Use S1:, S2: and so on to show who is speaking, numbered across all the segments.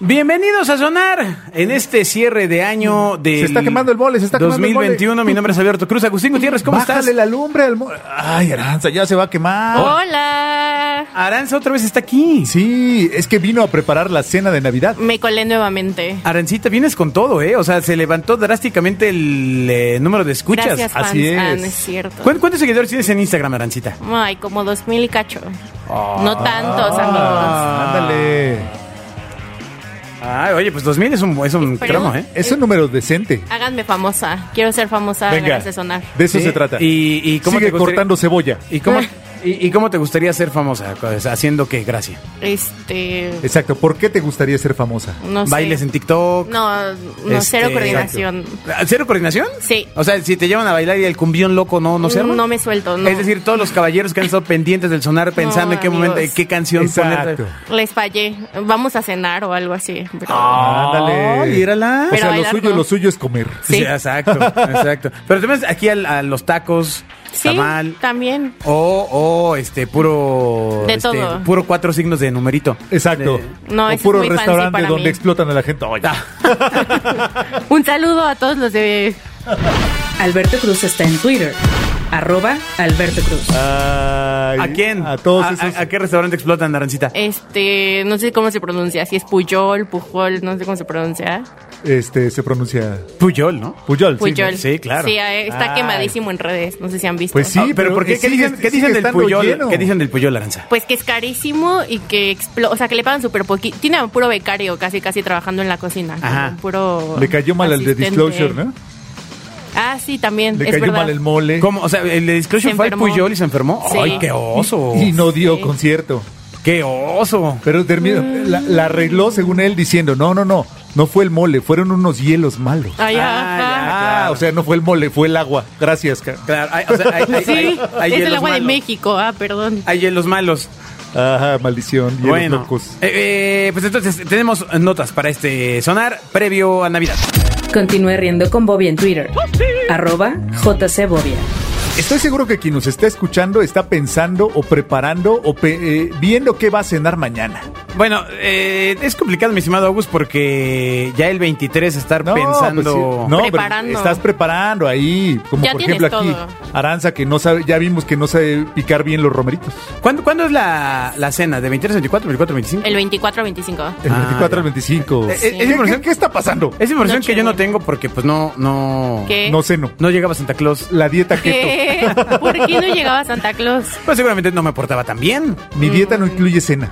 S1: Bienvenidos a Sonar en este cierre de año de
S2: Se está quemando el mole, se está quemando el mole.
S1: 2021. Mi nombre es Alberto Cruz. Agustín Gutiérrez, ¿cómo
S2: Bájale
S1: estás?
S2: la lumbre al mo- Ay, Aranza, ya se va a quemar.
S3: Oh.
S1: Ah.
S3: Hola.
S1: Aranza otra vez está aquí.
S2: Sí, es que vino a preparar la cena de Navidad.
S3: Me colé nuevamente.
S1: Arancita, vienes con todo, ¿eh? O sea, se levantó drásticamente el eh, número de escuchas.
S3: Gracias, fans.
S2: así es.
S3: Ah, no es cierto.
S1: ¿Cuán- ¿Cuántos seguidores tienes en Instagram, Arancita?
S3: Ay, como dos mil y cacho. No tantos, amigos.
S2: Ándale.
S1: Ah, oye, pues 2000 es un, es un
S3: Pero-
S1: tramo, ¿eh?
S2: Es un número decente.
S3: Háganme famosa. Quiero ser famosa.
S2: Venga.
S3: háganse Ah, sonar.
S2: De eso
S1: Sí,
S2: se trata.
S1: ¿Y, y cómo
S2: Sigue
S1: te gustaría-
S2: cortando cebolla.
S1: ¿Y cómo,
S3: Ah.
S1: y, y cómo te gustaría ser famosa? Pues, ¿Haciendo qué? Gracias.
S3: Este.
S2: Exacto. ¿Por qué te gustaría ser famosa?
S3: No sé.
S1: ¿Bailes en TikTok?
S3: No, no,
S1: Este,
S3: cero coordinación.
S1: exacto. ¿Cero coordinación?
S3: Sí.
S1: O sea, si te llevan a bailar y el cumbión loco no, no se arma.
S3: No me suelto, no.
S1: Es decir, todos los caballeros que han estado pendientes del sonar pensando en qué
S3: amigos.
S1: momento, en qué canción
S2: Exacto.
S1: poner.
S3: Les fallé. Vamos a cenar o algo así. pero-
S1: Ah, Oh,
S2: Ándale.
S1: mírala.
S2: O
S3: Pero
S2: sea, lo
S3: bailar
S2: suyo,
S3: no.
S2: lo suyo es comer.
S3: Sí.
S1: exacto, exacto. Pero te metes aquí al- a, los tacos,
S3: sí,
S1: tamal,
S3: también.
S1: o, o este puro,
S3: De
S1: este,
S3: todo.
S1: puro cuatro signos de numerito.
S2: Exacto.
S1: De-
S3: No,
S2: O
S3: eso es
S2: puro
S3: muy fancy
S2: restaurante
S3: para
S2: donde
S3: mí.
S2: explotan a la gente. Oye.
S1: Ah.
S3: Un saludo a todos los de
S4: Alberto Cruz está en Twitter, arroba Alberto Cruz.
S2: Ay,
S1: ¿A quién?
S2: A todos
S1: ¿A,
S2: esos.
S1: a- a qué restaurante explotan, Narancita?
S3: Este, no sé cómo se pronuncia, si es Puyol, Pujol, no sé cómo se pronuncia.
S2: Este, se pronuncia
S1: Puyol, ¿no?
S2: Puyol. sí, Ah.
S3: Puyol.
S1: sí, claro.
S3: Sí, eh, está
S1: Ay.
S3: quemadísimo en redes, no sé si han visto.
S2: Pues sí,
S1: Ah, pero
S2: pero
S1: ¿por qué?
S2: que
S1: ¿Qué
S2: sigue-
S1: dicen, qué
S2: sigue
S1: dicen del
S2: estando
S1: Puyol?
S2: lleno.
S1: ¿Qué dicen del Puyol, Aranza?
S3: Pues que es carísimo y que explo o sea, que le pagan súper poquito. Tiene a un puro becario casi, casi trabajando en la cocina.
S1: Ajá.
S3: como un Puro
S2: Le cayó mal al de
S3: asistente.
S2: Disclosure, ¿no?
S3: Ah, sí, también.
S2: Le
S3: es
S2: cayó
S3: verdad.
S2: mal el mole.
S1: ¿Cómo? O sea, el disclosure
S3: Se
S1: fue al
S3: enfermó.
S1: Puyol y se enfermó.
S3: Sí.
S1: ¡Ay, qué oso!
S2: Y no dio
S3: Sí. Mm.
S2: concierto.
S1: ¡Qué oso!
S2: Pero terminó, la, la arregló según él diciendo, no, no, no, no fue el mole, fueron unos hielos malos.
S3: Ay,
S1: Ah,
S3: ajá.
S1: ya.
S2: Ah,
S1: claro.
S2: o sea, no fue el mole, fue el agua. Gracias, cara.
S1: Claro, hay, o sea, hay- hay- hay-
S3: Sí,
S1: hay
S3: es el
S1: hielos
S3: agua de
S1: malos.
S3: México. Ah, perdón.
S1: Hay hielos malos.
S2: Ajá, maldición, hielos
S1: bueno,
S2: locos.
S1: Eh, eh, pues entonces tenemos notas para este sonar previo a Navidad.
S4: Continúe riendo con Bobia en Twitter, arroba JC Bobia.
S2: Estoy seguro que quien nos está escuchando está pensando o preparando o pe- eh, viendo qué va a cenar mañana.
S1: Bueno, eh, es complicado, mi estimado August, porque ya el 23 estar
S2: No,
S1: pensando.
S2: pues sí. No, pero
S3: Preparando.
S2: estás preparando ahí, como
S3: Ya
S2: por
S3: tienes
S2: ejemplo aquí,
S3: todo.
S2: Aranza que no sabe, ya vimos que no sabe picar bien los romeritos.
S1: ¿Cuándo, cuándo es la, la cena? ¿De 23 24, 24, 25?
S3: El 24-25.
S2: El
S1: Ah,
S2: 24
S1: ya.
S2: al 25.
S1: Eh, eh,
S2: ¿Qué-
S1: es
S2: ¿Qué,
S1: información-
S2: qué está pasando?
S1: Es información que yo no
S3: Nochebuena.
S1: tengo porque pues no, no.
S3: ¿Qué?
S2: No ceno.
S1: No llegaba Santa Claus.
S2: La dieta keto.
S3: ¿Qué? ¿Por qué no llegaba Santa Claus?
S1: Pues seguramente no me portaba tan bien.
S2: Mi dieta no incluye cena.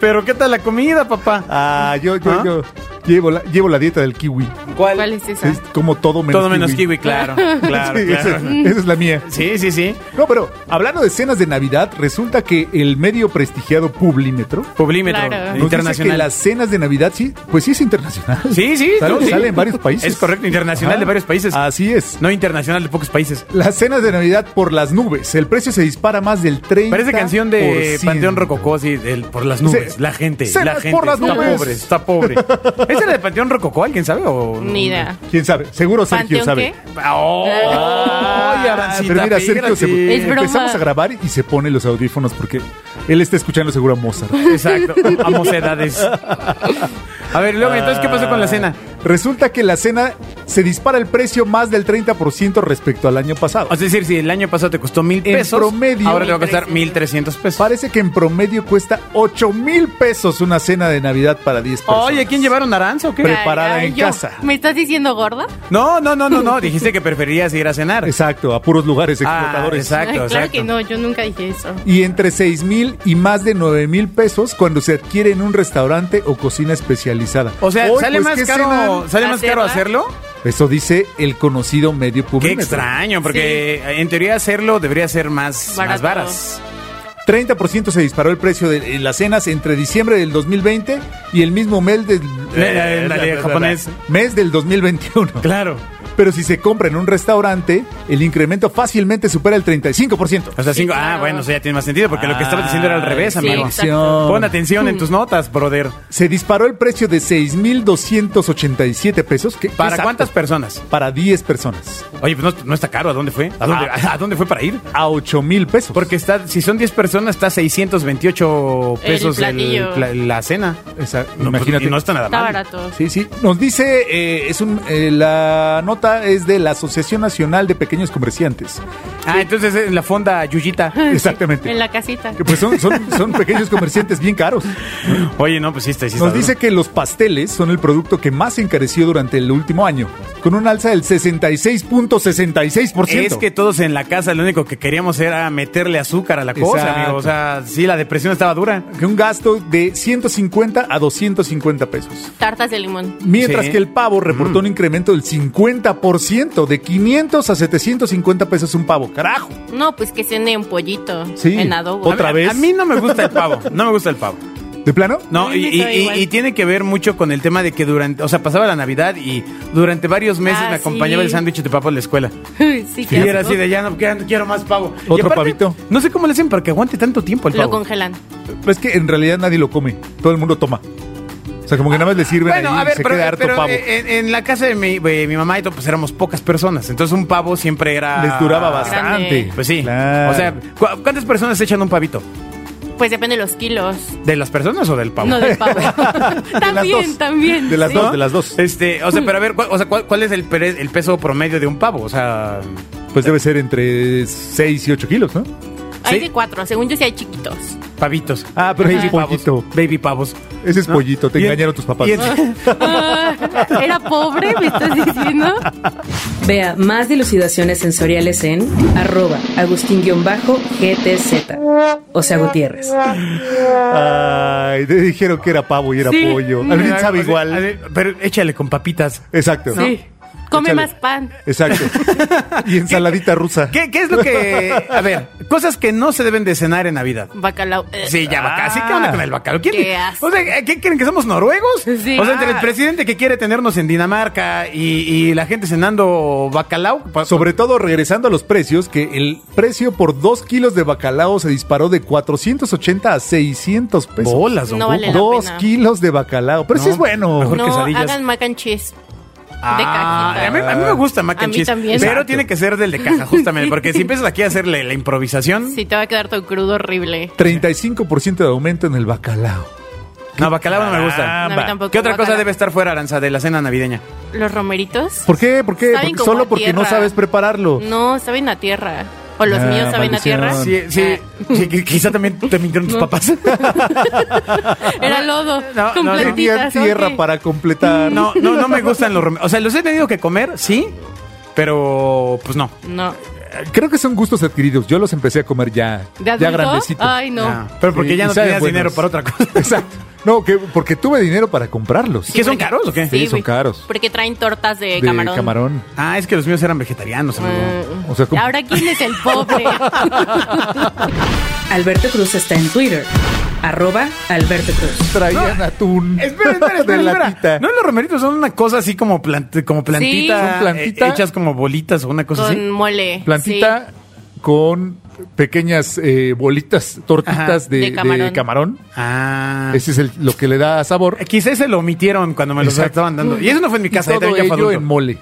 S1: Pero ¿qué tal la comida, papá?
S2: Ah, yo, yo,
S1: ¿Ah?
S2: yo llevo la, llevo la dieta del kiwi.
S3: ¿Cuál es esa?
S2: Es como todo menos
S1: Todo menos kiwi, claro. Claro,
S2: Sí,
S1: claro. Mm.
S2: Esa, esa es la mía.
S1: Sí, sí, sí.
S2: No, pero hablando de cenas de Navidad, resulta que el medio prestigiado Publímetro nos
S1: Publímetro
S3: Claro.
S2: dice
S1: internacional.
S2: que las cenas de Navidad, sí, pues sí es internacional.
S1: Sí, sí,
S2: Sale,
S1: no, sí.
S2: sale en varios países.
S1: Es correcto, internacional
S2: Ajá.
S1: de varios países.
S2: Así es.
S1: No internacional de pocos países.
S2: Las cenas de Navidad por las nubes. El precio se dispara más del 30%.
S1: Parece canción de Panteón
S2: Rococó.
S1: Rococó, sí, del- por las nubes.
S2: Se-
S1: la gente,
S2: se
S1: la
S2: las
S1: gente.
S2: por las
S1: está
S2: nubes.
S1: pobre, está pobre. ¿Esa era de Panteón Rococó? ¿Alguien sabe? O...
S3: Ni idea.
S2: ¿Quién sabe? Seguro Sergio
S3: ¿Panteón
S2: sabe.
S3: qué?
S1: Oh, ay, Arancita,
S2: Ah, Pero mira, Sergio se-
S1: fíjate.
S3: Es broma.
S2: empezamos a grabar y se pone los audífonos porque él está escuchando seguro a Mozart.
S1: Exacto, a mocedades. A ver, luego, entonces, ¿qué pasó con la cena?
S2: Resulta que la cena se dispara el precio más del 30% respecto al año pasado.
S1: O sea, es decir, si el año pasado te costó mil
S2: En
S1: pesos,
S2: promedio-
S1: ahora te va a costar mil trescientos pesos.
S2: Parece que en promedio cuesta 8 mil pesos una cena de Navidad para 10 personas.
S1: Oye, ¿quién llevaron aranza o qué?
S2: Pre- Preparada
S3: Caray,
S2: en
S3: yo-
S2: casa.
S3: ¿Me estás diciendo gorda?
S1: No, no, no, no, no. Dijiste que preferías ir a cenar.
S2: Exacto, a puros lugares
S1: Ah,
S2: explotadores.
S1: exacto,
S3: Ay, claro
S1: exacto.
S3: que no, yo nunca dije eso.
S2: Y entre 6 mil y más de 9 mil pesos cuando se adquiere en un restaurante o cocina especializada.
S1: O sea,
S2: Hoy,
S1: ¿sale
S2: pues,
S1: más
S2: ¿qué
S1: caro,
S2: cenan?
S1: sale más caro hacerlo?
S2: Eso dice el conocido medio público.
S1: Qué extraño, porque en teoría hacerlo debería ser más, más
S3: Barato.
S1: varas.
S2: 30% se disparó el precio de eh, las cenas entre diciembre del 2020 y el mismo mes del
S1: Eh, eh, eh, eh, japonés.
S2: mes del 2021.
S1: Claro.
S2: Pero si se compra en un restaurante, el incremento fácilmente supera el 35%.
S1: O sea,
S3: Sí,
S1: cinco. Ah,
S3: claro.
S1: bueno, eso ya tiene más sentido porque lo que estabas diciendo era al revés,
S3: sí,
S2: Ah,
S1: amigo.
S3: exacto.
S1: Pon atención en tus notas, brother.
S2: Se disparó el precio de 6.287 pesos. que-
S1: ¿Para
S2: exacto,
S1: cuántas personas?
S2: Para 10 personas.
S1: Oye, pues no, no está caro. ¿A dónde fue? ¿A dónde, a dónde fue para ir?
S2: A 8.000 pesos.
S1: Porque está, si son 10 personas, está 628
S3: El
S1: pesos el-
S3: platillo.
S1: la, la cena.
S2: Esa-
S1: No, pues,
S2: imagínate.
S1: y no está nada
S3: Está
S1: mal.
S3: barato.
S2: Sí, sí. Nos dice, eh, es un, eh, la nota es de la Asociación Nacional de Pequeños Comerciantes.
S1: Ah, entonces en la fonda Yuyita.
S2: Exactamente.
S3: En la casita.
S2: Que pues son, son, son pequeños comerciantes bien caros.
S1: Oye, no, pues sí está. Sí está
S2: Nos
S1: duro.
S2: dice que los pasteles son el producto que más se encareció durante el último año, con un alza del 66.66%.
S1: Es que todos en la casa lo único que queríamos era meterle azúcar a la cosa,
S2: Exacto.
S1: amigo. O sea, sí, la depresión estaba dura.
S2: Que un gasto de 150 a 250 pesos.
S3: Tartas de limón.
S2: Mientras
S1: Sí. Mm.
S2: que el pavo reportó un incremento del 50%, de 500 a 750 pesos un pavo. Carajo.
S3: No, pues que cene un pollito
S2: Sí.
S3: en adobo.
S2: Otra
S1: A- a-
S2: vez.
S1: A mí no me gusta el pavo. No me gusta el pavo.
S2: ¿De plano?
S1: No,
S3: Sí,
S1: y,
S3: me
S1: y-
S3: sabe
S1: y-
S3: igual.
S1: y tiene que ver mucho con el tema de que durante, o sea, pasaba la Navidad y durante varios meses
S3: Ah,
S1: me acompañaba
S3: sí.
S1: el sándwich de pavo a la escuela.
S3: sí,
S1: Y
S3: qué
S1: era
S3: asco.
S1: así de ya no, ya no quiero más pavo. Y
S2: Otro pavito.
S1: No sé cómo le hacen para que aguante tanto tiempo el
S3: Lo
S1: pavo.
S3: congelan.
S2: Pues es que en realidad nadie lo come, todo el mundo toma. O sea, como que nada más le sirven
S1: Bueno,
S2: ahí
S1: a ver,
S2: y se
S1: pero,
S2: queda harto
S1: pero,
S2: pavo.
S1: eh, en, en la casa de mi, de mi mamá y todo, pues éramos pocas personas. Entonces un pavo siempre era.
S2: Les duraba bastante.
S3: Grande.
S1: Pues sí.
S2: Claro.
S1: O sea, ¿cu- ¿cuántas personas se echan un pavito?
S3: Pues depende de los kilos.
S1: ¿De las personas o del pavo?
S3: No del pavo. también,
S2: dos.
S3: también.
S2: De las
S3: sí.
S2: dos, de las dos.
S1: Este, o sea, pero a ver, ¿cuál, o sea, ¿cuál, cuál es el, pere- el peso promedio de un pavo? O sea,
S2: Pues debe ser entre 6 y 8 kilos, ¿no?
S3: Hay
S1: Sí.
S3: de cuatro. Según yo, sí hay chiquitos.
S1: pavitos.
S2: Ah, pero ese es
S1: pavos,
S2: pollito.
S1: Baby pavos.
S2: Ese es
S1: ¿No?
S2: pollito, te
S1: Y en-
S2: engañaron tus papás.
S1: y en-
S3: Ah, Era pobre, me estás diciendo.
S4: Vea más dilucidaciones sensoriales en arroba agustín-gtz. O sea, Gutiérrez.
S2: Ay, te dijeron que era pavo y era
S3: Sí.
S2: pollo.
S3: Mm.
S2: Al fin
S1: O
S2: sabe
S1: sea, Pues, a
S2: igual.
S1: ver, Pero échale con papitas.
S2: Exacto.
S3: Sí. Come
S2: Échale.
S3: más pan.
S2: Exacto. y ensaladita rusa.
S1: ¿Qué, qué es lo que.? A ver, cosas que no se deben de cenar en Navidad.
S3: Bacalao. Eh,
S1: Sí, ya bacalao. Sí, ¿qué onda con el bacalao? ¿Quién-
S3: Ah, Qué asco.
S1: o sea, ¿eh, ¿qué creen que somos noruegos?
S3: Sí.
S1: O sea, entre el presidente que quiere tenernos en Dinamarca y, y la gente cenando bacalao. pues, pa-
S2: Sobre todo regresando a los precios, que el precio por 2 kilos de bacalao se disparó de 480 a 600 pesos.
S1: Bolas, don
S3: No
S1: Cuco.
S3: vale la
S2: Dos
S3: pena.
S2: kilos de bacalao. Pero sí
S1: No,
S2: es bueno.
S1: mejor
S3: No,
S1: quesadillas.
S3: hagan mac and cheese.
S1: Ah,
S3: cajita.
S1: a, mí, a mí me gusta mac
S3: A
S1: and
S3: mí
S1: cheese,
S3: también.
S1: pero
S3: Exacto.
S1: tiene que ser del de caja justamente, porque si empiezas aquí a hacerle la improvisación,
S3: Sí, te va a quedar todo crudo horrible.
S2: 35% de aumento en el bacalao.
S1: no bacalao no me gusta.
S3: No, a mí tampoco,
S1: ¿Qué otra cosa
S3: guácala.
S1: debe estar fuera, Aranza, de la cena navideña?
S3: ¿Los romeritos?
S2: ¿Por qué? ¿Por qué?
S3: Saben
S2: Porque-
S3: como
S2: solo
S3: a
S2: porque no
S3: tierra. Mm.
S2: sabes prepararlo.
S3: No, saben a tierra. O los
S2: Ah,
S3: míos saben a
S2: maldición.
S3: tierra.
S1: Sí, sí, sí,
S3: eh.
S1: qui- quizá también te mintieron tus papás.
S3: Ah, Era lodo.
S1: No, no,
S3: con
S1: no.
S3: plantitas.
S2: Tenía tierra
S3: ok.
S2: para completar.
S1: No, no, no me gustan los romeros. O sea, los he tenido que comer, sí, pero pues no.
S3: No.
S2: Creo que son gustos adquiridos. Yo los empecé a comer ya,
S3: ¿De
S2: ya
S3: adulto?
S2: grandecito.
S3: Ay, no.
S1: Ah, pero porque
S2: Sí,
S1: ya
S2: y
S1: no
S2: saben
S1: tenías
S2: buenos.
S1: dinero para otra cosa.
S2: Exacto. No, que porque tuve dinero para comprarlos.
S1: ¿Qué son caros o qué?
S2: Sí, son
S3: güey,
S2: caros.
S3: Porque traen tortas de,
S2: de
S3: camarón.
S2: camarón.
S1: Ah, es que los míos eran vegetarianos, amigo.
S3: Mm.
S2: O sea, como-
S3: Ahora, ¿quién es el pobre?
S4: Alberto Cruz está en Twitter. Arroba Alberto Cruz.
S2: Traían atún.
S1: Espera, espera, espera,
S2: de
S1: espera.
S2: latita.
S1: No, los romeritos son una cosa así como, plant- como plantita,
S2: Son plantita.
S1: eh, hechas como bolitas o una cosa así.
S3: con mole.
S2: Pues Plantita con pequeñas eh, bolitas, tortitas
S1: Ajá,
S2: de,
S3: de
S2: de camarón.
S3: camarón.
S1: Ah.
S2: Ese es el- lo que le da sabor.
S1: Eh, Quizá se lo omitieron cuando me lo
S2: Exacto.
S1: estaban dando. Y eso no fue en mi casa,
S2: Y
S1: ya
S2: todo
S1: también ya
S2: ello
S1: fue
S2: en
S1: adulto.
S2: mole.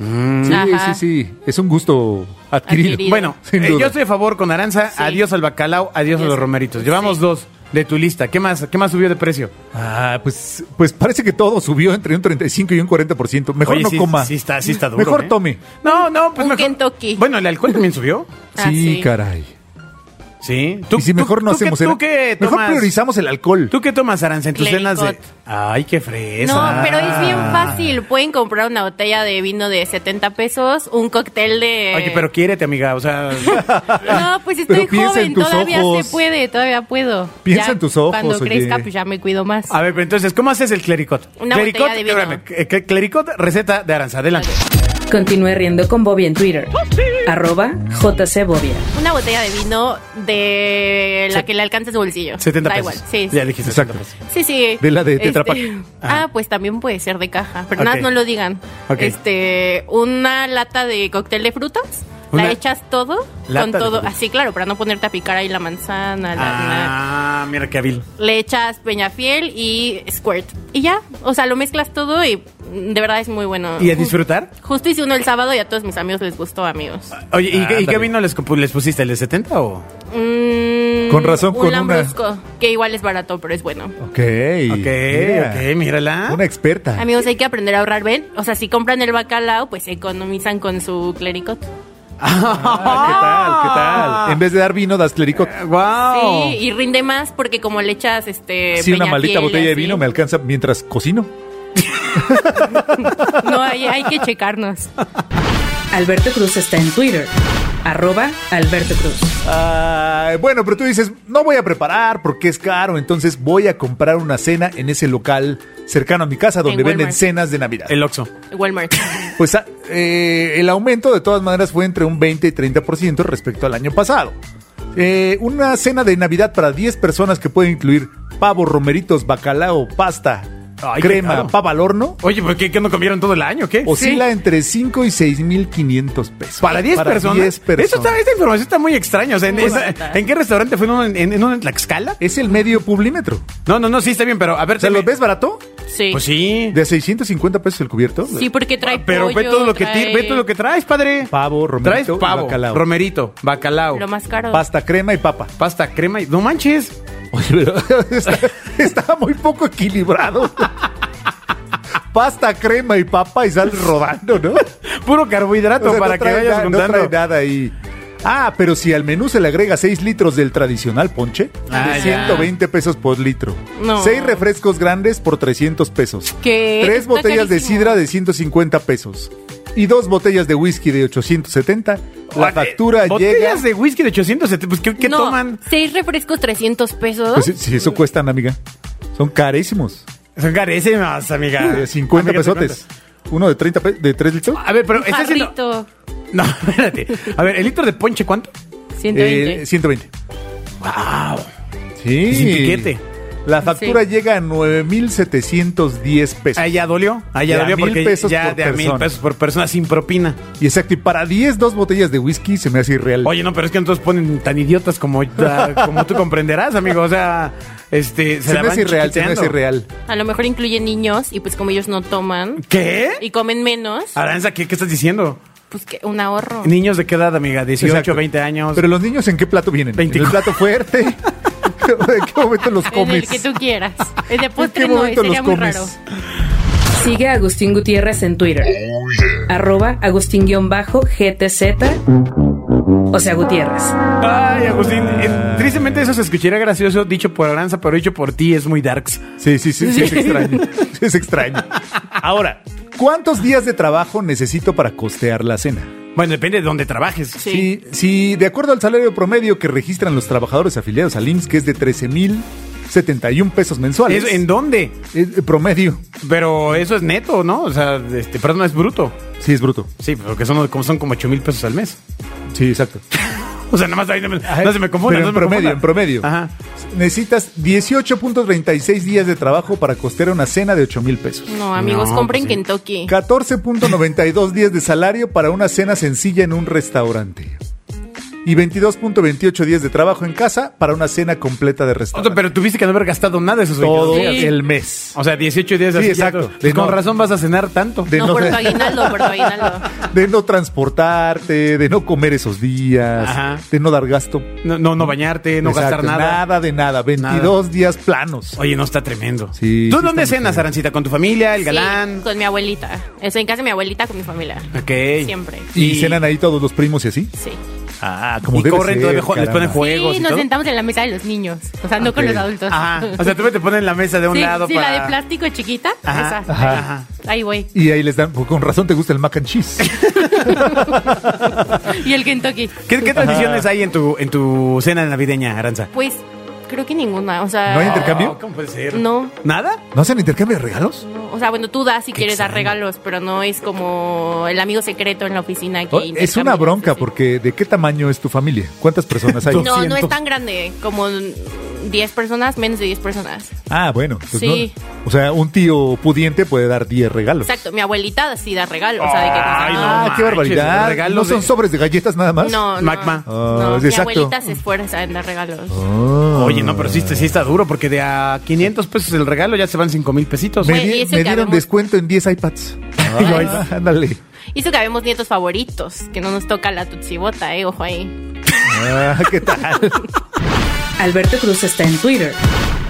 S2: Sí,
S3: Ajá.
S2: sí, sí. Es un gusto adquirido.
S3: Adquirido.
S1: Bueno,
S2: Sin
S1: eh,
S2: duda.
S1: yo estoy a favor con Aranza.
S3: Sí.
S1: Adiós al bacalao, adiós a
S3: Adiós.
S1: los romeritos. Llevamos
S3: Sí.
S1: dos de tu lista. ¿Qué más, ¿Qué más subió de precio?
S2: Ah, pues, pues parece que todo subió entre un 35 y un 40%. Mejor
S1: Oye,
S2: no
S1: sí-
S2: coma.
S1: Sí está, sí está duro.
S2: Mejor
S1: ¿eh?
S2: tome.
S1: No, no, pues
S3: Un
S1: mejor.
S3: Kentucky.
S1: Bueno, el alcohol también subió.
S3: Ah,
S2: sí,
S3: sí.
S2: caray.
S1: Sí. ¿Tú,
S2: y si
S1: tú-
S2: mejor no
S1: tú qué-
S2: hacemos el-
S1: ¿Tú qué
S2: Mejor
S1: tomas?
S2: priorizamos el alcohol.
S1: ¿Tú qué tomas, Aranza, en tus cenas de...?
S3: Clericot.
S1: Ay, qué fresa.
S3: No, pero es bien fácil. Pueden comprar una botella de vino de 70 pesos, un cóctel de.
S1: Oye, pero quiérete, amiga. O sea,
S3: No, pues
S2: Pero
S3: estoy
S2: piensa
S3: joven,
S2: en tus
S3: todavía
S2: ojos.
S3: se puede, todavía puedo.
S2: Piensa en tus ojos,
S3: Cuando
S2: oye.
S3: crezca, pues ya me cuido más.
S1: a ver, pero entonces, ¿cómo haces el clericot?
S3: Una
S1: clericot,
S3: botella de vino.
S1: espérame, eh, clericot, receta de Aranza. Adelante.
S4: Continúe riendo con Bobby en Twitter. Arroba JC Bobia.
S3: Una botella de vino de la
S1: Se-
S3: que le alcanza su bolsillo.
S1: 70
S3: Da
S1: pesos.
S3: igual, sí. sí.
S1: Ya dijiste
S2: Exacto.
S1: 70 pesos.
S3: Sí, sí.
S2: De la de Tetra Pak.
S3: Ah, pues también puede ser de caja. Pero nada,
S1: Ok.
S3: más no lo digan.
S1: Ok.
S3: Este, una lata de cóctel de frutas.
S1: Una-
S3: La echas todo
S1: Lata
S3: con
S1: de
S3: todo.
S1: frutas.
S3: Así, claro, para no ponerte a picar ahí la manzana. la-
S1: Ah, mira qué hábil.
S3: la- le echas peñafiel y squirt. Y ya. O sea, lo mezclas todo y mm, de verdad es muy bueno.
S1: ¿Y a disfrutar?
S3: Justo hice uno el sábado y a todos mis amigos les gustó, amigos.
S1: Oye, ¿y,
S2: Ah,
S1: qué- y qué
S2: ándale.
S1: vino les, compu- les pusiste? ¿El de 70 o...?
S3: Mm,
S2: Con razón,
S3: un
S2: con una-
S3: lambrusco, que igual es barato, pero es bueno.
S2: Ok. Ok,
S1: Ok, ok, mírala.
S2: Una experta.
S3: Amigos, hay que aprender a ahorrar, ¿ven? O sea, si compran el bacalao, pues economizan con su clericot.
S2: Ah, Eh, ¿Qué tal? ¿Qué tal? En vez de dar vino, das clericot.
S1: ¡Wow!
S3: Sí, y rinde más porque como le echas este.
S2: Si una
S3: peñafiel
S2: maldita
S3: y
S2: botella de
S3: así.
S2: vino me alcanza mientras cocino.
S3: No, hay, hay que checarnos.
S4: Alberto Cruz está en Twitter. Arroba Alberto Cruz.
S2: Ay, bueno, pero tú dices, no voy a preparar porque es caro, entonces voy a comprar una cena en ese local cercano a mi casa donde
S3: Walmart.
S2: venden cenas de Navidad.
S1: El Oxxo.
S3: Walmart.
S2: Pues ah, eh, el aumento de todas maneras fue entre un 20 y 30% respecto al año pasado. Eh, una cena de Navidad para 10 personas que puede incluir pavo, romeritos, bacalao, pasta,
S1: Ay, qué
S2: crema,
S1: caro.
S2: pava al horno,
S1: Oye, ¿por qué, qué no comieron todo el año? o ¿Qué?
S2: oscila entre 5 y 6 mil 500 pesos.
S1: Para 10 personas.
S2: 10 personas.
S1: Eso está- esta información está muy extraña. O sea, en,
S3: Muy
S1: esa-
S3: barata.
S1: ¿en qué restaurante fue? ¿En uno en, en uno en Tlaxcala?
S2: Es el medio publímetro.
S1: No, no, no, sí está bien, pero a ver.
S2: O sea,
S1: dime-
S2: ¿los ves barato?
S3: Sí.
S1: Pues sí.
S2: De 650 pesos el cubierto.
S3: Sí, porque trae.
S1: pero ve
S3: pollo,
S1: todo, lo que
S3: trae
S1: ti- ve todo lo que traes, padre.
S2: Pavo, romerito,
S1: Traes pavo,
S2: bacalao.
S1: romerito, bacalao.
S3: Lo más caro.
S2: Pasta, crema y papa.
S1: Pasta, crema y... No manches.
S2: Oye, pero está, está muy poco equilibrado. Pasta, crema y papa y sal rodando, ¿no?
S1: Puro carbohidrato
S2: O sea,
S1: para
S2: no
S1: que
S2: trae
S1: vayas
S2: na- no
S1: contando.
S2: trae nada ahí. Ah, pero si al menú se le agrega 6 litros del tradicional ponche,
S1: Ah,
S2: de
S1: ya.
S2: 120 pesos por litro.
S3: No.
S2: 6 refrescos grandes por 300 pesos.
S3: ¿Qué?
S2: 3
S3: Eh, Está
S2: botellas de
S3: carísimo.
S2: sidra de 150 pesos. Y 2 botellas de whisky de 870. La
S1: Oye,
S2: factura llega...
S1: Botellas de whisky de 870, pues ¿qué, qué
S3: No,
S1: toman?
S3: Seis refrescos, 300 pesos.
S2: Pues, si eso cuestan, amiga. Son carísimos.
S1: Son carísimas, amiga.
S2: De 50
S1: Amiga, te
S2: pesotes. Uno de 30 pe- de 3 litros.
S1: cuento.
S3: Ah,
S1: A ver, pero está haciendo...
S3: Jarrito,
S1: No, espérate. A ver, ¿el litro de ponche cuánto?
S3: 120.
S2: Eh, 120.
S1: ¡Wow!
S2: Sí.
S1: Sin piquete.
S2: La factura
S3: Sí.
S2: llega a 9,710 pesos.
S1: Ahí Ah, ya dolió. Ahí
S2: De
S1: ya
S2: a
S1: dolió
S2: mil
S1: porque
S2: pesos
S1: ya
S2: por
S1: de a mil
S2: persona.
S1: pesos por persona sin propina.
S2: Y exacto, y para 10, dos botellas de whisky se me hace irreal.
S1: Oye, no, pero es que entonces ponen tan idiotas como, ah, como tú comprenderás, amigo. O sea, este.
S2: se,
S1: la
S2: me
S1: van
S2: hace irreal, se me hace
S1: chiquiteando.
S2: irreal.
S3: A lo mejor incluye niños y pues como ellos no toman
S1: ¿Qué?
S3: y comen menos,
S1: Aranza, ¿qué, qué estás diciendo?
S3: pues que un ahorro.
S1: Niños de qué edad, amiga? 18,
S2: Exacto.
S1: 20 años.
S2: Pero los niños, ¿en qué plato vienen? ¿En el
S1: 24.
S2: plato fuerte? ¿En qué momento los
S3: En Ah, el
S2: comes?
S3: que tú quieras. El de
S2: ¿En qué
S3: postre no,
S2: momento los
S3: sería muy
S2: comes?
S3: raro.
S4: Sigue a Agustín Gutiérrez en Twitter. Arroba Agustín-GTZ. O sea, Gutiérrez.
S1: Ay, Agustín, eh, tristemente eso se escucharía gracioso dicho por Aranza, pero dicho por ti es muy darks.
S2: Sí, sí, sí, sí, es extraño. Sí, es extraño. Ahora, ¿cuántos días de trabajo necesito para costear la cena?
S1: Bueno, depende de dónde trabajes.
S3: Sí.
S2: Sí. sí, de acuerdo al salario promedio que registran los trabajadores afiliados al IMSS, que es de 13.071 pesos mensuales.
S1: ¿Es- ¿En dónde?
S2: Eh, promedio.
S1: Pero eso es neto, ¿no? O sea, este, perdón, es bruto.
S2: Sí, es bruto.
S1: Sí, porque son como, son como 8 mil pesos al mes.
S2: Sí, exacto.
S1: O sea, nada más ahí no, me-
S2: Ay,
S1: no se me confunda.
S2: pero
S1: no
S2: en
S1: se me
S2: promedio,
S1: confunda.
S2: en promedio.
S1: Ajá.
S2: Necesitas 18.36 días de trabajo para costear una cena de 8 mil pesos.
S3: No, amigos,
S1: No,
S3: compren
S1: pues sí.
S3: Kentucky.
S2: 14.92 días de salario para una cena sencilla en un restaurante. Y 22.28 días de trabajo en casa para una cena completa de
S1: O sea,
S2: restaurante.
S1: pero tuviste que no haber gastado nada de esos
S2: Todo
S1: 22 días.
S2: el mes.
S1: O sea, 18 días
S2: Sí,
S1: así,
S2: exacto.
S1: ya,
S2: De
S1: con
S2: no-
S1: razón vas a cenar tanto.
S2: de
S3: no,
S2: no-
S3: por tu aguinaldo, por tu aguinaldo.
S2: De no transportarte, de no comer esos días,
S1: Ajá.
S2: de no dar gasto.
S1: No, no, no bañarte, no
S2: Exacto,
S1: gastar nada.
S2: Nada de nada. 22 días planos.
S1: Oye, no está tremendo.
S2: Sí,
S1: ¿Tú
S2: sí
S1: dónde
S2: está muy
S1: cenas,
S2: feo.
S1: Arancita? ¿Con tu familia, el
S3: Sí,
S1: galán?
S3: con mi abuelita. Estoy en casa de mi abuelita con mi familia.
S1: Ok.
S3: Siempre.
S2: Y cenan ahí todos los primos y así.
S3: Sí.
S2: Ah,
S1: y
S2: debe
S1: corren,
S2: ser,
S1: todavía jo- les
S2: caramba.
S1: ponen juegos.
S3: sí,
S1: y
S3: nos
S1: todo.
S3: sentamos en la mesa de los niños. O sea, no con
S2: Ok.
S3: los adultos.
S1: Ajá. O sea, tú te pones la mesa de un
S3: sí,
S1: lado
S3: sí,
S1: para.
S3: la de plástico chiquita.
S1: Ajá,
S3: esa.
S1: ajá,
S3: Ahí-
S1: ajá.
S3: Ahí voy.
S2: Y ahí les dan, pues, con razón te gusta el mac and cheese.
S3: Y el Kentucky.
S1: ¿Qué, qué tradiciones hay en tu, en tu cena navideña, Aranza?
S3: Pues Creo que ninguna. O sea,
S2: ¿No hay intercambio?
S1: ¿Cómo puede ser?
S3: no.
S1: ¿Nada?
S2: ¿No hacen intercambio de regalos?
S3: no. O sea, bueno, tú das si
S2: Qué
S3: quieres dar
S2: extraño.
S3: regalos, pero no es como el amigo secreto en la oficina que
S2: Oh, Es
S3: intercambia,
S2: una bronca
S3: sí, sí.
S2: porque ¿de qué tamaño es tu familia? ¿Cuántas personas hay?
S3: No, no
S1: 200.
S3: es tan grande. Como 10 personas, menos de 10 personas.
S2: Ah, bueno. pues
S3: Sí.
S2: no. O sea, un tío pudiente puede dar 10 regalos.
S3: Exacto, mi abuelita sí da regalos. o sea, de que pues,
S1: Ay,
S2: Ah,
S3: ah,
S1: No
S2: qué
S1: manches,
S2: barbaridad.
S1: regalo
S2: ¿No
S1: de-
S2: son sobres de galletas nada más?
S3: No, no.
S1: Magma.
S3: No,
S2: Ah,
S3: mi
S2: exacto.
S3: abuelita se esfuerza en dar regalos.
S2: Ah.
S1: Oye, no, pero sí, este sí está duro, porque de a 500 pesos el regalo ya se van 5 mil pesitos.
S2: Me,
S3: Güey,
S2: di-
S3: y eso
S2: me
S3: que
S2: dieron
S3: habemos-
S2: descuento en 10 iPads. Ah, ándale.
S3: Y eso que habemos nietos favoritos, que no nos toca la tutsibota, eh, ojo ahí.
S2: Ah, ¿Qué tal?
S4: Alberto Cruz está en Twitter.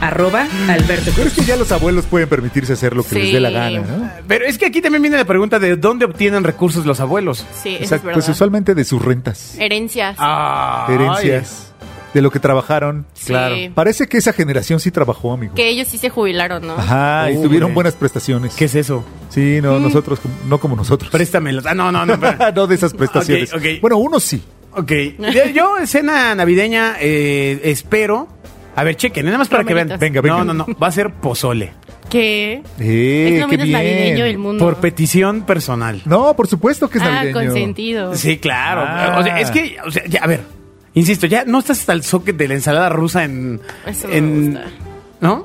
S4: Arroba Alberto
S2: Pero
S4: Cruz.
S2: es que ya los abuelos pueden permitirse hacer lo que les dé la
S3: Sí.
S2: gana, ¿no?
S1: Pero es que aquí también viene la pregunta de dónde obtienen recursos los abuelos.
S3: Sí, eso es
S2: Exacto,
S3: verdad. Eh.
S2: pues usualmente de sus rentas,
S3: Herencias.
S1: Ah,
S2: herencias, de lo que trabajaron.
S3: Sí.
S1: claro.
S2: Parece que esa generación sí trabajó, amigo.
S3: Que ellos sí se jubilaron, ¿no?
S2: Ajá, y
S1: Uy.
S2: tuvieron buenas prestaciones.
S1: ¿Qué es eso?
S2: Sí,
S3: Mm.
S2: no, nosotros, no como nosotros.
S1: Préstamelos. Ah, no, no, no. pero-
S2: no de esas prestaciones.
S1: Ok, ok.
S2: Bueno, uno sí.
S1: ok. Yo, yo, escena navideña, eh, espero. A ver, chequen, nada más para que vean.
S2: Venga, venga.
S1: No, no, no. Va a ser pozole.
S3: Que
S2: Eh,
S3: es lo
S2: qué
S3: menos
S2: bien.
S3: navideño del mundo.
S1: Por petición personal.
S2: No, por supuesto que es
S3: Ah,
S2: navideño.
S3: consentido.
S1: Sí, claro.
S2: Ah.
S1: O sea, es que, o sea, ya, a ver, insisto, ya no estás hasta el socket de la ensalada rusa en.
S3: Eso me
S1: en-
S3: gusta.
S1: ¿No?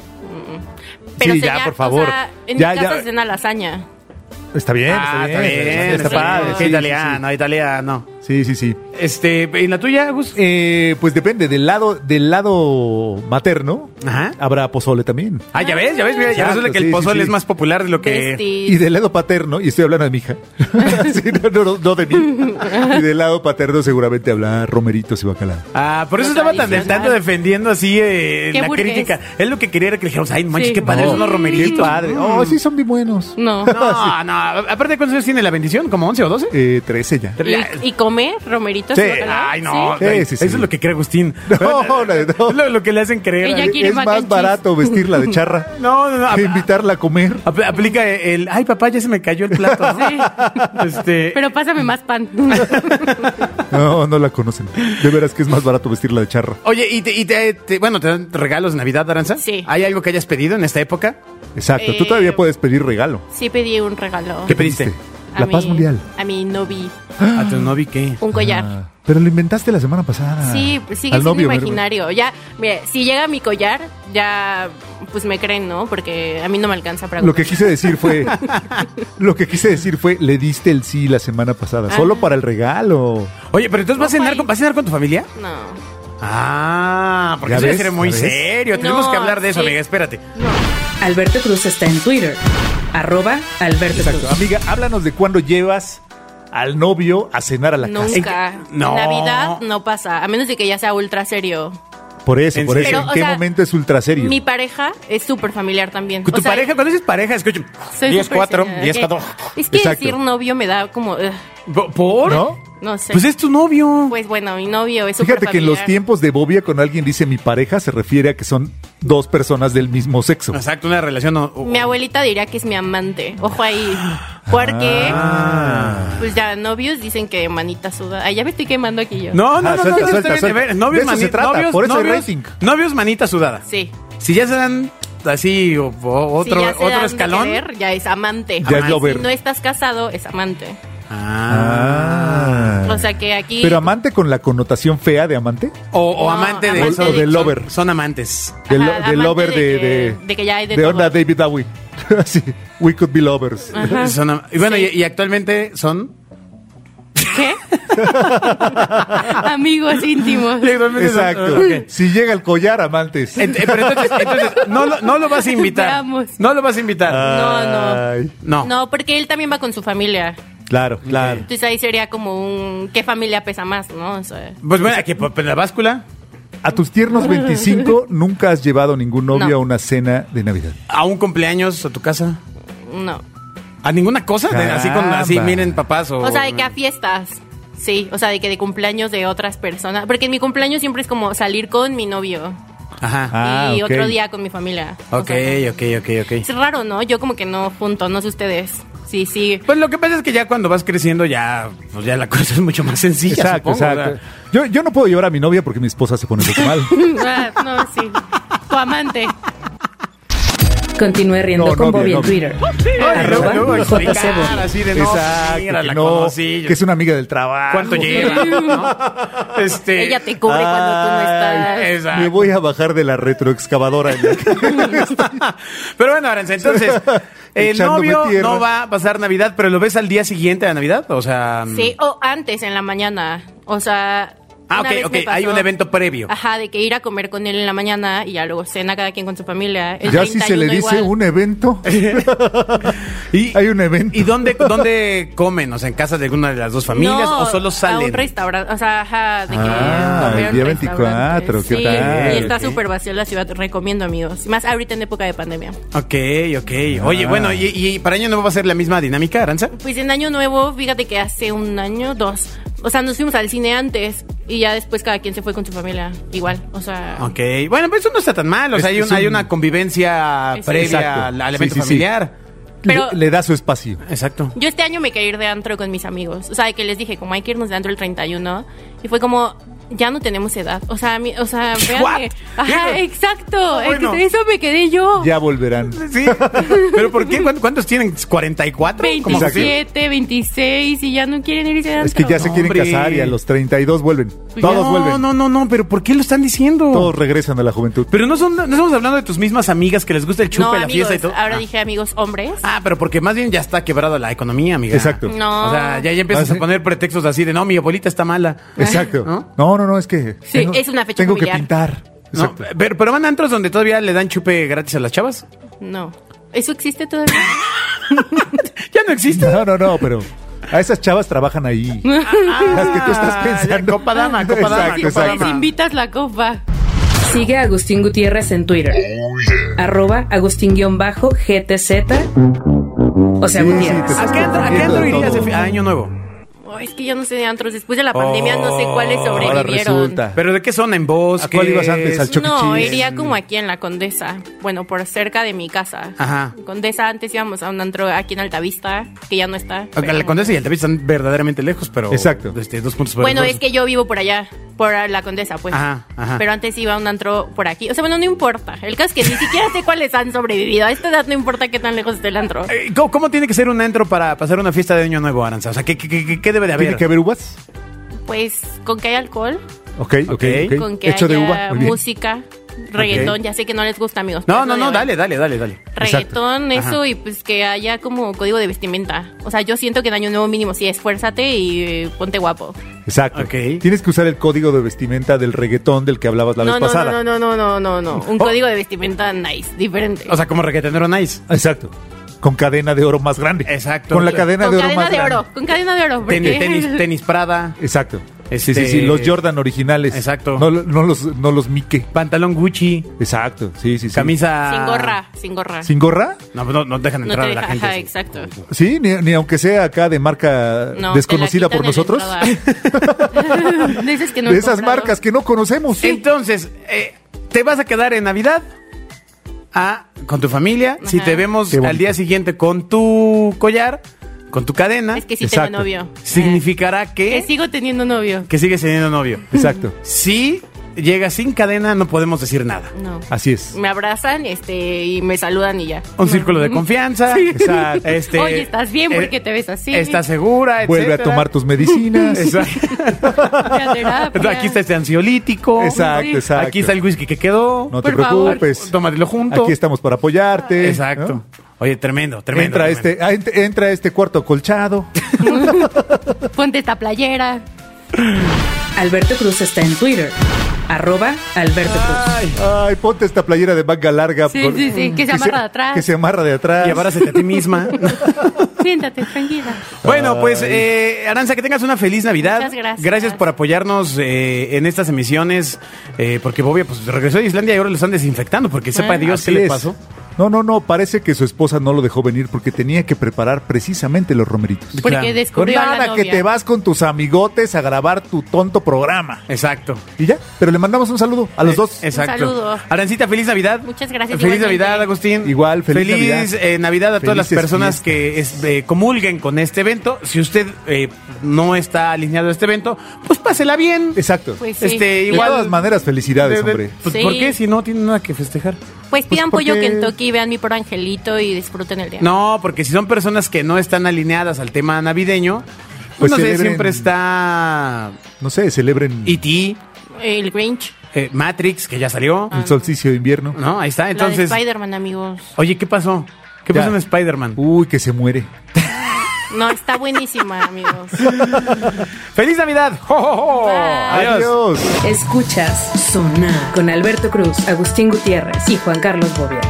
S3: Pero
S2: Sí,
S3: sería,
S2: ya, por favor.
S3: O sea, en
S2: Ya,
S3: mi
S2: ya.
S3: casa se cena lasaña.
S2: Está bien,
S1: Ah,
S2: está bien.
S3: está bien.
S1: padre.
S3: Sí,
S1: Sí,
S3: sí,
S1: italiano, italiano.
S2: Sí, sí, sí.
S1: Este, ¿y la tuya, Gus?
S2: Eh, pues depende, del lado, del lado materno
S1: Ajá.
S2: habrá pozole también.
S1: Ah, ya ves, ya ves, mira, ya
S2: Exacto,
S1: resulta que
S2: sí,
S1: el
S2: sí,
S1: pozole
S2: sí.
S1: es más popular de lo que.
S3: Besties.
S2: Y del lado paterno, y estoy hablando de mi hija, Sí, no, no, no, no de mí, y del lado paterno seguramente habrá romeritos y bacalao.
S1: Ah, por eso
S3: Lo
S1: estaba tan de-
S3: tradicional.
S1: tanto defendiendo así eh,
S3: Qué
S1: la
S3: burgués.
S1: crítica. Es lo que quería era que dijéramos, ay, manches,
S3: Sí.
S1: qué padre,
S3: No,
S1: son los romeritos.
S2: Qué padre. Oh, sí, son bien buenos.
S3: No.
S1: No, no, aparte, ¿cuántos años tiene la bendición? ¿Como 11 o 12?
S2: Eh, 13 ya.
S3: ¿Y, y comer romeritos?
S1: Sí.
S3: y bacalao?
S1: Ay, no.
S2: ¿Sí?
S1: ay,
S2: Sí, sí, sí.
S1: Eso es lo que cree Agustín.
S2: No, no, no.
S1: Es lo, lo que le hacen creer.
S3: Ella quiere
S2: es
S3: mac
S2: más
S3: and cheese.
S2: barato vestirla de charra
S1: No, no, no.
S2: que
S1: ap-
S2: invitarla a comer.
S1: ap- aplica el. Ay, papá, ya se me cayó el plato. ¿no? Este,
S3: Pero pásame más pan.
S2: No, no la conocen. De veras que es más barato vestirla de charra.
S1: Oye, ¿y, te, y te- te- bueno, te dan regalos de Navidad, Aranza?
S3: Sí.
S1: ¿Hay algo que hayas pedido en esta época?
S2: Exacto, tú
S3: Eh,
S2: todavía puedes pedir regalo.
S3: sí pedí un regalo.
S1: ¿Qué pediste?
S3: A
S2: La paz
S3: mi-
S2: mundial.
S3: A mi novio.
S1: A tu novio, ¿qué?
S3: Un collar.
S2: Ah, pero lo inventaste la semana pasada.
S1: Ah.
S3: Sí, pues sigue
S2: Al
S3: siendo
S2: novio, me-
S3: imaginario. Ya, mire, si llega mi collar, ya pues me creen, ¿no? Porque a mí no me alcanza para
S2: Lo que quise decir fue. lo que quise decir fue, le diste el sí la semana pasada.
S3: Ah.
S2: Solo para el regalo.
S1: Oye, pero entonces vas a,
S3: Ojo
S1: cenar
S3: ahí.
S1: con, ¿vas a cenar con tu familia?
S3: No.
S1: Ah, porque
S2: ¿Ya
S1: eso debe
S2: ves?
S1: ser muy
S2: ¿Ya ves?
S1: serio. Tenemos
S3: No,
S1: que hablar de eso,
S3: sí.
S1: amiga. Espérate.
S4: Alberto Cruz está en Twitter. Arroba Alberto
S2: Exacto.
S4: Cruz.
S2: Amiga, háblanos de cuándo llevas al novio a cenar a la casa.
S3: Nunca.
S1: ¿En qué? No.
S3: Navidad no pasa, a menos de que ya sea ultra serio.
S2: Por eso,
S1: ¿En
S2: por eso.
S3: serio?
S2: ¿En
S3: Pero, o
S2: qué
S3: sea,
S2: momento es ultra serio?
S3: Mi pareja es súper familiar también.
S1: ¿Con
S3: O
S1: tu
S3: sea,
S1: pareja? Cuando dices pareja, escucho.
S3: soy
S1: 10,
S3: súper
S1: 4,
S3: señora.
S1: 10, 4.
S3: Es que
S2: Exacto.
S3: decir novio me da como... ugh,
S1: ¿Por?
S2: ¿No?
S3: no sé.
S1: Pues es tu novio.
S3: Pues bueno, mi novio es súper
S2: Fíjate que en los
S3: familiar.
S2: tiempos de Bobia, cuando alguien dice mi pareja, se refiere a que son dos personas del mismo sexo.
S1: Exacto, una relación. o- o-
S3: Mi abuelita diría que es mi amante. Ojo ahí. Porque...
S2: Ah.
S1: Ah.
S3: Pues ya, novios dicen que manita suda. Ay, ya me estoy quemando aquí yo.
S1: No, no,
S2: Ah,
S1: no,
S2: suelta,
S1: no, no,
S2: suelta,
S1: está bien.
S2: suelta.
S1: A ver, novios,
S2: De eso se
S1: mani-
S2: trata,
S1: novios-
S2: por eso hay
S1: novios-
S2: rating.
S1: Novios manita sudada.
S3: Sí.
S1: Si ya se dan así o, o
S3: Si
S1: otro,
S3: ya se dan
S1: otro
S3: de
S1: escalón.
S3: querer, ya es amante.
S2: Ya es lover.
S3: Si no estás casado, es amante.
S2: Ah.
S3: O sea que aquí.
S2: Pero amante con la connotación fea de amante.
S1: O, o
S3: No,
S1: amante de,
S3: amante
S1: son-
S2: o del lover.
S1: Son amantes.
S2: Del,
S3: Ajá,
S2: del
S3: amante
S2: lover de.
S3: de
S2: De,
S3: que- de que ya hay de
S2: de
S3: todo. Ah.
S2: onda David Bowie. Así. We could be lovers.
S1: Son am- y bueno,
S3: Sí.
S1: y, y actualmente son.
S3: ¿Qué? Amigos íntimos.
S2: Exacto.
S1: Ok.
S2: Si llega el collar, amantes.
S1: Ent- eh, pero entonces, entonces, no, lo, no lo vas a invitar.
S3: Veamos.
S1: No lo vas a invitar.
S2: Ah.
S3: No,
S2: Ay,
S1: No.
S3: No, porque él también va con su familia.
S2: Claro, claro.
S3: Entonces ahí sería como un. ¿Qué familia pesa más, no? O sea,
S1: Pues bueno, aquí pues, la báscula.
S2: A tus tiernos 25 nunca has llevado ningún novio
S3: No.
S2: a una cena de Navidad.
S1: A un cumpleaños a tu casa.
S3: no.
S1: A ninguna cosa. de- así con así,
S2: Caramba.
S1: miren, papás. O,
S3: O sea, de que a fiestas. Sí, o sea, de que de cumpleaños de otras personas. Porque en mi cumpleaños siempre es como salir con mi novio
S1: Ajá.
S2: Ah,
S3: y
S2: ok.
S3: otro día con mi familia. O
S1: Ok,
S3: sea,
S1: ok, ok, ok.
S3: Es raro, ¿no? Yo como que no junto, no sé ustedes. Sí, sí.
S1: Pues lo que pasa es que ya cuando vas creciendo ya, pues ya la cosa es mucho más sencilla.
S2: Exacto,
S1: supongo, o sea.
S2: exacto. Yo, yo no puedo llevar a mi novia porque mi esposa se pone un poco mal.
S3: Ah, no, sí. Tu amante.
S4: Continúe riendo
S2: No,
S4: con
S2: novia,
S4: Bobby en
S2: novia.
S4: Twitter.
S1: Ay,
S4: Arroba
S1: luego explicar
S4: JC Bobby.
S1: así de, no,
S2: Exacto,
S1: mira,
S2: que
S1: la
S2: no,
S1: conocí,
S2: que es una amiga del trabajo.
S1: ¿Cuánto lleva? ¿No? Este,
S3: Ella te cubre cuando tú no estás.
S1: Ay, em. exacto.
S2: Me voy a bajar de la retroexcavadora. en la que-
S1: Pero bueno, Aranza, entonces, el
S2: Echándome
S1: novio
S2: tierra.
S1: no va a pasar Navidad, pero lo ves al día siguiente de Navidad, o sea...
S3: Sí, o antes, en la mañana. O sea.
S1: Ah,
S3: una
S1: ok,
S3: vez
S1: ok,
S3: me pasó-
S1: hay un evento previo.
S3: Ajá, de que ir a comer con él en la mañana y ya luego cena cada quien con su familia. El
S2: ya si se le
S3: 31
S2: dice
S3: igual.
S2: un evento,
S1: Y,
S2: hay un evento.
S1: ¿Y dónde, dónde comen? O sea, ¿en casa de alguna de las dos familias
S3: No,
S1: o solo
S3: A un
S1: salen?
S3: restaurante, o sea, ajá, de que
S2: Ah,
S3: comieron
S2: el día
S3: en restaurantes.
S2: 24, ¿qué
S3: Sí,
S2: tal?
S3: Y está
S2: Ok.
S3: súper vacía la ciudad, recomiendo, amigos. Más ahorita en época de pandemia.
S1: Ok, ok. Oye, bueno,
S2: Ah.
S1: ¿y, y para año nuevo va a ser la misma dinámica, Aranza?
S3: Pues en Año Nuevo, fíjate que hace un año, dos. O sea, nos fuimos al cine antes y ya después cada quien se fue con su familia. Igual, o sea.
S1: Ok, bueno, pues eso no está tan mal. O sea,
S2: Es-
S1: hay,
S2: Este, es
S1: un- hay
S2: un-
S1: una convivencia
S3: Exacto.
S1: previa al, al
S2: Sí,
S1: evento
S2: sí, sí.
S1: familiar.
S3: Pero-
S2: le, le da su espacio.
S1: Exacto.
S3: Yo este año me quería ir de antro con mis amigos. O sea, de que les dije, como hay que irnos de antro el 31. Y fue como, ya no tenemos edad. O sea, mi- o sea, véanme.
S1: What?
S3: Ajá, exacto.
S1: Ah, bueno.
S3: Eso me quedé yo.
S2: Ya volverán.
S1: Sí, pero ¿por qué? ¿Cuán- ¿Cuántos tienen? ¿44? Como que-
S3: 27, 26 y ya no quieren irse de antro.
S2: Es que ya se
S1: No,
S2: quieren
S1: hombre.
S2: casar y a los 32 vuelven. Todos
S1: no,
S2: vuelven.
S1: No, no, no, pero ¿por qué lo están diciendo?
S2: Todos regresan a la juventud.
S3: ¿Eh?
S1: Pero no, son, no estamos hablando de tus mismas amigas que les gusta el chupe,
S3: no,
S1: la
S3: amigos,
S1: fiesta y todo.
S3: ahora
S1: Ah.
S3: dije amigos hombres.
S1: Ah, pero porque más bien ya está quebrada la economía, amiga.
S2: Exacto.
S3: No.
S1: O sea, ya, ya
S2: Ah,
S1: empiezas
S2: sí. Eh,
S1: a poner pretextos así de no, mi abuelita está mala.
S2: Exacto.
S1: ¿No?
S2: ¿No? no, no, es que.
S3: Sí, es una fecha
S2: Tengo
S3: familiar.
S2: que pintar.
S1: No,
S2: Exacto.
S1: pero, pero van a antros donde todavía le dan chupe gratis a las chavas.
S3: No. ¿Eso existe todavía?
S1: Ya no existe.
S2: No, no, no, pero a esas chavas trabajan ahí. Las que tú estás
S1: Ah,
S2: pensando.
S1: ya, copa dama, copa dama,
S2: Exacto,
S1: copa
S3: Pues
S2: exacto.
S1: dama.
S3: invitas la copa.
S4: Sigue a Agustín Gutiérrez en Twitter. Arroba Agustín-GTZ. O sea,
S2: Sí, sí,
S4: Gutiérrez.
S2: te-
S1: ¿A qué antro, a qué antro irías de fi- a Año Nuevo?
S3: Oh, es que yo no sé de antros. Después de la pandemia no sé cuáles
S1: Oh,
S3: sobrevivieron.
S2: Ahora resulta.
S1: ¿Pero de qué zona? ¿En
S2: ¿A
S1: bosque?
S2: cuál ibas antes? ¿Al Chuck E.
S3: No,
S2: Cheese?
S3: iría como aquí en la Condesa. Bueno, por cerca de mi casa.
S1: Ajá.
S3: Condesa, antes íbamos a un antro aquí en Altavista, que ya no está.
S1: Ok,
S3: pero-
S1: La Condesa y el David están verdaderamente lejos, pero...
S2: Exacto.
S1: Este, dos puntos por
S3: Bueno,
S1: dos.
S3: es que yo vivo por allá, por la Condesa, pues.
S1: Ajá, ajá.
S3: Pero antes iba a un antro por aquí. O sea, bueno, no importa. El caso es que ni siquiera sé cuáles han sobrevivido. A esta edad no importa qué tan lejos esté el antro.
S1: Eh, ¿Cómo, cómo tiene que ser un antro para pasar una fiesta de Año Nuevo, Aranza? O sea, ¿qué, qué- qué- qué debe de haber?
S2: ¿Tiene que haber uvas?
S3: Pues, con que hay alcohol,
S2: Ok, ok, ok.
S1: Ok.
S3: con que
S2: Hecho de
S3: haya
S2: uva. Muy bien.
S3: música, reggaetón. Ya sé que no les gusta, amigos. pero
S1: No,
S3: es
S1: no,
S3: lo
S1: no,
S3: de hoy.
S1: dale, dale, dale, dale.
S3: Reggaetón,
S1: Exacto.
S3: eso,
S1: Ajá.
S3: y pues que haya como código de vestimenta. O sea, yo siento que en Año Nuevo mínimo sí, esfuérzate y eh, ponte guapo.
S2: Exacto.
S1: Ok.
S2: Tienes que usar el código de vestimenta del reggaetón del que hablabas la
S3: no,
S2: vez
S3: no,
S2: pasada.
S3: no, no, no, no, no, no. Un código de vestimenta nice, diferente.
S1: O sea, como reggaetonero nice.
S2: Exacto. Con cadena de oro más grande.
S1: Exacto.
S2: Con la
S1: Claro.
S2: cadena
S3: con
S2: de oro
S3: cadena
S2: más
S3: de
S2: grande.
S3: oro, con cadena de oro. porque-
S1: Tenis, tenis, tenis Prada,
S2: Exacto. Sí,
S1: Este-
S2: sí, sí. Los Jordan originales.
S1: Exacto.
S2: No, lo- no los, no los Mike.
S1: pantalón Gucci,
S2: Exacto. Sí, sí, sí.
S1: camisa.
S3: Sin gorra, sin gorra.
S2: Ah. ¿Sin gorra?
S1: No, pues no, no dejan
S3: no te
S1: entrar
S3: deja,
S1: a la gente.
S3: ajá, exacto.
S2: Sí, ni, ni aunque sea acá de marca
S3: No,
S2: desconocida
S3: te la
S2: por
S3: quitan
S2: nosotros.
S3: en la entrada. de esas que no he
S2: de esas
S3: comprado.
S2: marcas que no conocemos.
S1: Entonces, eh, te vas a quedar en Navidad a- con tu familia.
S3: Ajá.
S1: Si te vemos
S2: Qué bonito.
S1: al día siguiente con tu collar, con tu cadena,
S3: Es que sí
S2: Exacto.
S3: tengo novio. Eh.
S1: significará que,
S3: Que sigo teniendo novio.
S1: que sigues teniendo novio.
S2: Exacto.
S1: Si llegas sin cadena, no podemos decir nada.
S3: No.
S2: Así es.
S3: Me abrazan este, y me saludan y ya.
S1: Un círculo de confianza. Exacto. Este,
S3: Oye, ¿estás bien? ¿Por
S1: eh,
S3: qué te ves así?
S1: ¿Estás segura?
S2: Vuelve a
S1: etcétera?
S2: tomar tus medicinas.
S1: Exacto.
S3: Ve a terapia.
S1: Aquí está este ansiolítico.
S2: Exacto, exacto.
S1: Aquí está el whisky que quedó.
S2: No te
S3: Por favor.
S2: preocupes.
S1: Tómatelo junto.
S2: Aquí estamos para apoyarte.
S1: Exacto.
S2: ¿no?
S1: Oye, tremendo, tremendo.
S2: Entra a
S1: tremendo.
S2: este, ah, ent- entra a este cuarto acolchado. este.
S3: Ponte esta playera.
S4: Alberto Cruz está en Twitter. Arroba Alberto Cruz.
S1: Ay,
S2: Ay, ponte esta playera de manga larga.
S3: Sí, sí, sí, que se amarra de atrás.
S2: Que se amarra de atrás.
S1: y abrázate a ti misma.
S3: Siéntate, tranquila.
S1: bueno, pues, eh, Aranza, que tengas una feliz Navidad.
S3: Muchas gracias.
S1: Gracias por apoyarnos eh, en estas emisiones. eh, porque Bobia, pues, regresó de Islandia y ahora lo están desinfectando. Porque sepa
S3: Ah.
S1: Dios
S2: Así
S1: qué le
S2: es.
S1: pasó.
S2: No, no, no, parece que su esposa no lo dejó venir porque tenía que preparar precisamente los romeritos.
S3: Porque
S1: Claro.
S2: Con
S3: descubrió a la
S2: nada que
S3: novia.
S2: te vas con tus amigotes a grabar tu tonto programa.
S1: Exacto.
S2: Y ya, pero le mandamos un saludo a los
S1: Eh,
S2: dos.
S1: Exacto.
S3: saludo.
S1: Arancita, feliz Navidad.
S3: Muchas gracias,
S1: Feliz
S3: igualmente.
S1: Navidad, Agustín.
S2: Igual, feliz
S1: Feliz
S2: Navidad.
S1: eh, Navidad a todas las
S2: Felices
S1: personas que es- eh, comulguen con este evento. Si usted eh, no está alineado a este evento, pues pásela bien.
S2: Exacto.
S3: Pues sí.
S1: Este,
S2: De
S1: igual.
S2: todas maneras, felicidades,
S1: De- de-
S2: hombre.
S1: pues,
S3: Sí.
S1: ¿Por qué? Si no tiene nada que festejar.
S3: Pues pidan
S2: Pues,
S3: pollo
S2: porque-
S3: Kentucky, vean mi por angelito y disfruten el día.
S1: No, porque si son personas que no están alineadas al tema navideño, pues
S2: Pues
S1: no sé,
S2: celebren-
S1: siempre está
S2: No sé, celebren
S1: E.T.,
S3: El Grinch.
S1: eh, Matrix, que ya salió.
S2: el solsticio de invierno.
S1: ¿No? Ahí está.
S3: Ah. la de
S1: Entonces,
S3: Spider-Man, amigos.
S1: oye, ¿qué pasó? ¿Qué
S2: Ya.
S1: pasó en Spider-Man?
S2: Uy, que se muere.
S3: No, está buenísima, amigos.
S1: ¡Feliz Navidad! ¡Jo, jo, jo!
S3: Bye.
S1: Adiós.
S2: Adiós.
S4: Escuchas Sonar con Alberto Cruz, Agustín Gutiérrez y Juan Carlos Bobia.